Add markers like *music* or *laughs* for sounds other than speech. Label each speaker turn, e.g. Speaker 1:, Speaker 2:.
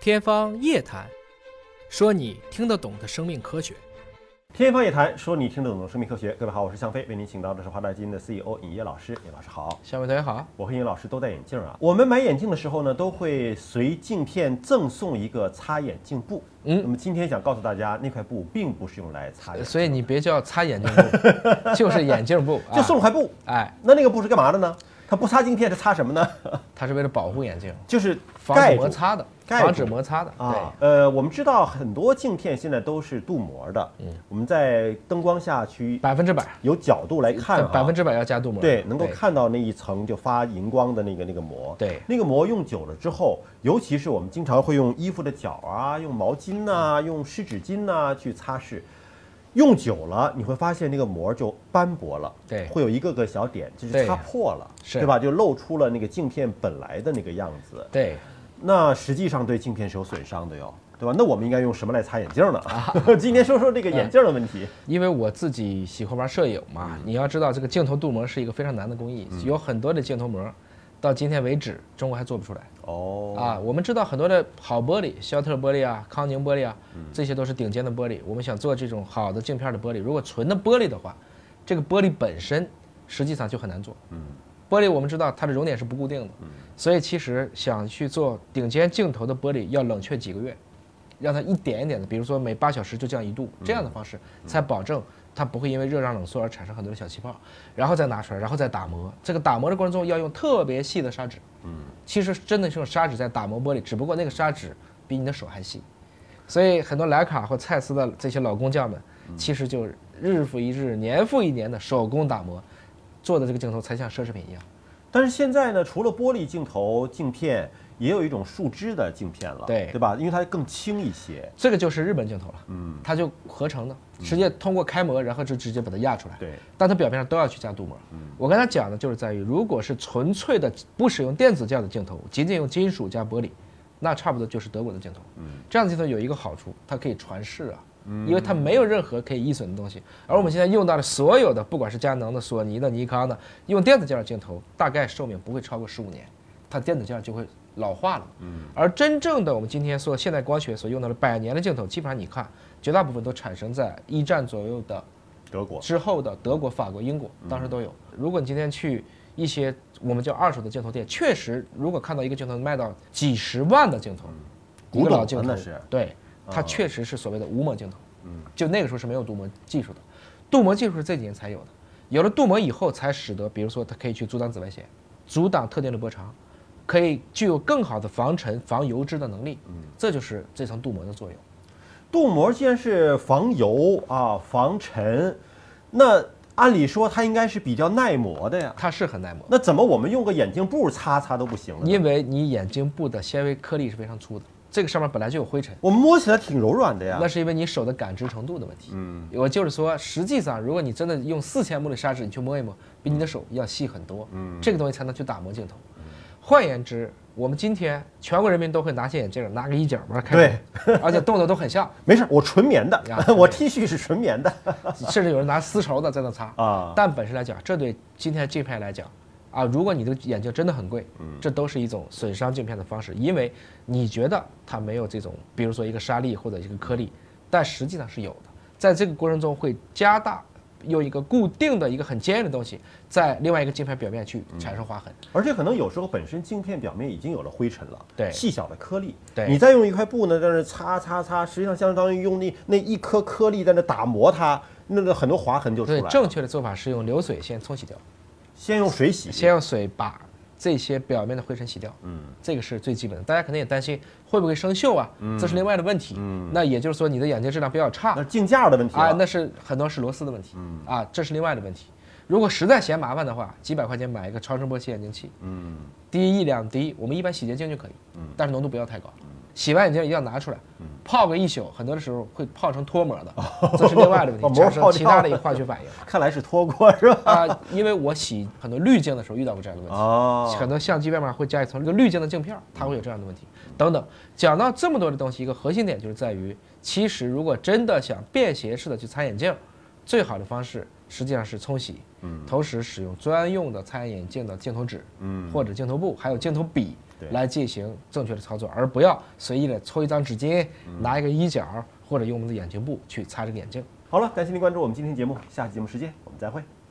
Speaker 1: 天方夜谭，说你听得懂的生命科学。
Speaker 2: 天方夜谭，说你听得懂的生命科学。各位好，我是向飞，为您请到的是华大基因的 CEO 尹烨老师。尹老师好，
Speaker 3: 下面同学好，
Speaker 2: 我和尹老师都戴眼镜啊。我们买眼镜的时候呢，都会随镜片赠送一个擦眼镜布。嗯，那么今天想告诉大家，那块布并不是用来擦眼，
Speaker 3: 所以你别叫擦眼镜
Speaker 1: *laughs*
Speaker 3: 布，就是眼镜
Speaker 2: *laughs*
Speaker 3: 布，
Speaker 2: 就送了块布。
Speaker 3: 啊。哎，
Speaker 2: 那那个布是干嘛的呢？它不擦镜片是擦什么
Speaker 3: *laughs*
Speaker 2: 呢？
Speaker 3: 它是为了保护眼镜，
Speaker 2: 就是
Speaker 3: 防
Speaker 2: 盖
Speaker 3: 止
Speaker 2: 住
Speaker 3: 摩擦的，
Speaker 2: 盖住
Speaker 3: 防止摩擦的。
Speaker 2: 啊，呃，我们知道很多镜片现在都是镀膜的，嗯，我们在灯光下
Speaker 3: 对，
Speaker 2: 去
Speaker 3: 百分之百，
Speaker 2: 有角度来看、啊，
Speaker 3: 百分之百要加镀膜，
Speaker 2: 对，能够看到那一层就发荧光的那个那个膜。
Speaker 3: 对
Speaker 2: 那个膜用久了之后，尤其是我们经常会用衣服的角啊、用毛巾呐、
Speaker 3: 嗯
Speaker 2: 用湿纸巾呐、去擦拭，用久了你会发现那个膜就斑驳了，
Speaker 3: 对
Speaker 2: 会有一个个小点，就是
Speaker 3: 对
Speaker 2: 擦破了，
Speaker 3: 是
Speaker 2: 对吧？就露出了那个镜片本来的那个样子。
Speaker 3: 对，
Speaker 2: 那实际上对镜片是有损伤的哟，对吧？那我们应该用什么来擦眼镜
Speaker 3: *laughs*
Speaker 2: 呢？今天说说这个眼镜的问题。
Speaker 3: 因为我自己喜欢玩摄影嘛，
Speaker 2: 嗯
Speaker 3: 你要知道这个镜头镀膜是一个非常难的工艺，有很多的镜头膜，到今天为止中国还做不出来。
Speaker 2: 哦，
Speaker 3: 啊，我们知道很多的好玻璃，肖特玻璃啊、康宁玻璃啊，这些都是顶尖的玻璃。我们想做这种好的镜片的玻璃，如果纯的玻璃的话，这个玻璃本身实际上就很难做。嗯，玻璃我们知道它的熔点是不固定的，所以其实想去做顶尖镜头的玻璃，要冷却几个月，让它一点一点的，比如说每八小时就降一度，这样的方式才保证它不会因为热胀冷缩而产生很多的小气泡，然后再拿出来，然后再打磨。这个打磨的过程中要用特别细的砂纸，嗯，其实真的是用砂纸在打磨玻璃，只不过那个砂纸比你的手还细，所以很多莱卡或蔡司的这些老工匠们，其实就日复一日、年复一年的手工打磨，做的这个镜头才像奢侈品一样。
Speaker 2: 但是现在呢，除了玻璃镜头镜片，也有一种树脂的镜片了，
Speaker 3: 对
Speaker 2: 对吧？因为它更轻一些。
Speaker 3: 这个就是日本镜头了，嗯，它就合成的，直接通过开模，然后就直接把它压出来。
Speaker 2: 对，
Speaker 3: 但它表面上都要去加镀膜。我刚才讲的就是在于，如果是纯粹的不使用电子这样的镜头，仅仅用金属加玻璃，那差不多就是德国的镜头。这样的镜头有一个好处，它可以传世啊，因为它没有任何可以易损的东西。而我们现在用到的所有的，不管是佳能的、索尼的、尼康的，用电子件的镜头，大概寿命不会超过十五年，它电子件就会老化了。而真正的我们今天说现代光学所用到的百年的镜头，基本上你看，绝大部分都产生在一战左右的
Speaker 2: 德国
Speaker 3: 之后的德国、法国、英国，
Speaker 2: 嗯
Speaker 3: 当时都有。如果你今天去一些我们叫二手的镜头店，确实如果看到一个镜头卖到几十万的镜头，
Speaker 2: 古
Speaker 3: 一个
Speaker 2: 董
Speaker 3: 老镜
Speaker 2: 啊
Speaker 3: 头
Speaker 2: 那是啊嗯
Speaker 3: 对，它确实是所谓的无膜镜头。就那个时候是没有镀膜技术的，镀膜技术是这几年才有的。有了镀膜以后，才使得比如说它可以去阻挡紫外线，阻挡特定的波长，可以具有更好的防尘、防油脂的能力。
Speaker 2: 嗯
Speaker 3: 这就是这层镀膜的作用。
Speaker 2: 镀膜既然是防油啊、防尘，那按理说它应该是比较耐磨的呀。
Speaker 3: 它是很耐磨，
Speaker 2: 那怎么我们用个眼镜布擦擦都不行呢？
Speaker 3: 因为你眼睛部的纤维颗粒是非常粗的，这个上面本来就有灰尘。
Speaker 2: 我们摸起来挺柔软的呀
Speaker 3: 那。是因为你手的感知程度的问题。嗯，我就是说，实际上，如果你真的用四千目的砂纸，你去摸一摸，比你的手要细很多。嗯，这个东西才能去打磨镜头。换言之，我们今天全国人民都会拿起眼镜，拿个衣角往那开门，而且动作都很像，
Speaker 2: 没事，我纯棉的
Speaker 3: 呀，
Speaker 2: *laughs* 我 T 恤是纯棉的
Speaker 3: 甚至有人拿丝绸的在那擦。
Speaker 2: 啊。
Speaker 3: 但本身来讲，这对今天镜片来讲，啊，如果你的眼镜真的很贵，
Speaker 2: 嗯
Speaker 3: 这都是一种损伤镜片的方式，因为你觉得它没有这种，比如说一个沙粒或者一个颗粒，但实际上是有的，在这个过程中会加大。用一个固定的一个很坚硬的东西，在另外一个镜片表面
Speaker 2: 嗯
Speaker 3: 去产生划痕，
Speaker 2: 而且可能有时候本身镜片表面已经有了灰尘了，
Speaker 3: 对
Speaker 2: 细小的颗粒，
Speaker 3: 对
Speaker 2: 你再用一块布呢，在那擦擦擦，实际上相当于用那那一颗颗粒在那打磨它，那个很多划痕就出
Speaker 3: 所
Speaker 2: 来
Speaker 3: 以
Speaker 2: 了。
Speaker 3: 正确的做法是用流水先冲洗掉，
Speaker 2: 先用水洗，
Speaker 3: 先用水把这些表面的灰尘洗掉，嗯，这个是最基本的。大家可能也担心会不会生锈啊，这是另外的问题。嗯，那也就是说你的眼镜质量比较差，
Speaker 2: 那镜架的问题了
Speaker 3: 啊，那是很多是螺丝的问题，啊，这是另外的问题。如果实在嫌麻烦的话，几百块钱买一个超声波洗眼镜器，嗯，滴一两滴，我们一般洗洁精就可以，但是浓度不要太高。洗完眼镜一定要拿出来，泡个一宿，很多的时候会泡成脱膜 *laughs* 的，这是另外的
Speaker 2: 把
Speaker 3: 问题，
Speaker 2: 膜
Speaker 3: 产生
Speaker 2: 泡
Speaker 3: 其
Speaker 2: 掉
Speaker 3: *laughs* 他的一个化学反应。
Speaker 2: 看来是脱锅
Speaker 3: *laughs*
Speaker 2: 是吧？
Speaker 3: 啊，因为我洗很多滤镜的时候遇到过这样的问题。
Speaker 2: 哦，
Speaker 3: 很多相机外面会加一层这个滤镜的镜片儿，它会有这样的问题等等。讲到这么多的东西，一个核心点就是在于，其实如果真的想便携式的去擦眼镜，最好的方式实际上是冲洗，嗯，同时使用专用的擦眼镜的镜头纸，嗯，或者镜头布，还有镜头笔，
Speaker 2: 对
Speaker 3: 来进行正确的操作，而不要随意的抽一张纸巾，
Speaker 2: 嗯
Speaker 3: 拿一个衣角或者用我们的眼睛布去擦这个眼镜。
Speaker 2: 好了，感谢您关注我们今天节目，下期节目时间我们再会。